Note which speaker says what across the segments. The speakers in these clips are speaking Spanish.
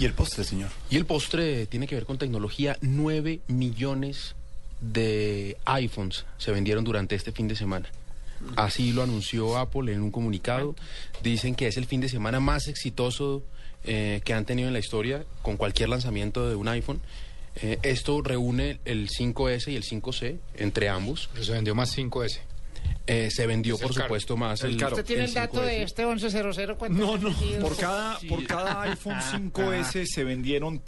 Speaker 1: ¿Y el postre, señor?
Speaker 2: Y el postre tiene que ver con tecnología. 9 millones de iPhones se vendieron durante este fin de semana. Así lo anunció Apple en un comunicado. Dicen que es el fin de semana más exitoso eh, que han tenido en la historia con cualquier lanzamiento de un iPhone. Eh, esto reúne el 5S y el 5C entre ambos.
Speaker 3: Pero se vendió más 5S.
Speaker 2: Eh, se vendió,
Speaker 3: Es el
Speaker 2: por
Speaker 3: caro,
Speaker 2: supuesto, más
Speaker 3: el
Speaker 2: el,
Speaker 3: caro.
Speaker 4: ¿Usted tiene el dato
Speaker 2: 5S.
Speaker 4: de este 1100? ¿Cuánto
Speaker 3: No, Ah. no.
Speaker 4: vendido?
Speaker 1: Por cada, por cada iPhone 5S se vendieron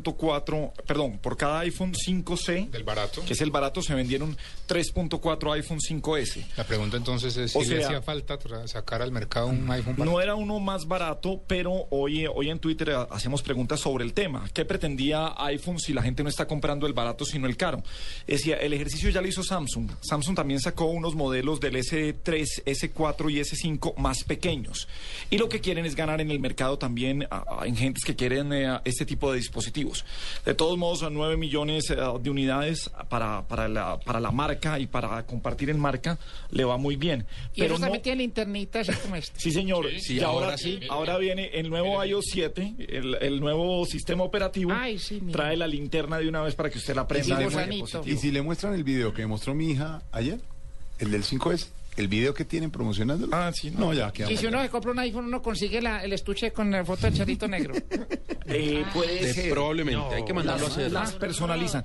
Speaker 1: 3.4, perdón, por cada iPhone 5C,
Speaker 3: Del barato.
Speaker 1: que es el barato, se vendieron 3.4 iPhone 5S.
Speaker 3: La pregunta entonces es si
Speaker 1: O
Speaker 3: le
Speaker 1: sea-
Speaker 3: hacía falta tra- sacar al mercado un iPhone barato.
Speaker 1: No era uno más barato, pero hoy, eh, hoy en Twitter eh, hacemos preguntas sobre el tema. ¿Qué pretendía iPhone si la gente no está comprando el barato sino el caro? Es decir, el ejercicio ya lo hizo Samsung. Samsung también sacó unos modelos del S3, S4 y S5 más pequeños. Y lo que quieren es ganar en el mercado también a- a- en gentes que quieren eh, este tipo de dispositivos. De todos modos, a 9 millones eh, de unidades para, para, la, para la marca y para compartir en marca le va muy bien.
Speaker 4: Y ellos
Speaker 1: no-
Speaker 4: también tienen linternitas así como este.
Speaker 1: Sí, señor.
Speaker 2: Sí,
Speaker 1: y ahora,
Speaker 2: ahora sí.
Speaker 1: Ahora viene el nuevo iOS 7, el, el nuevo sistema operativo.
Speaker 4: Ay, sí, mira.
Speaker 1: trae la linterna de una vez para que usted la
Speaker 4: Y
Speaker 1: prenda. de manera
Speaker 4: gusanito.
Speaker 1: positiva.
Speaker 5: Y si le muestran el video que me mostró mi hija ayer, el del 5S, el video que tienen promocionándolo.
Speaker 1: Ah, sí, no.
Speaker 5: No, ya queda.
Speaker 4: Y si
Speaker 5: mal.
Speaker 4: uno se compra un iPhone, uno consigue la- el estuche con la foto del charito negro.
Speaker 1: Eh, puede
Speaker 2: De-
Speaker 1: ser.
Speaker 2: probablemente, hay que mandarlo a hacer.
Speaker 1: Las personalizan.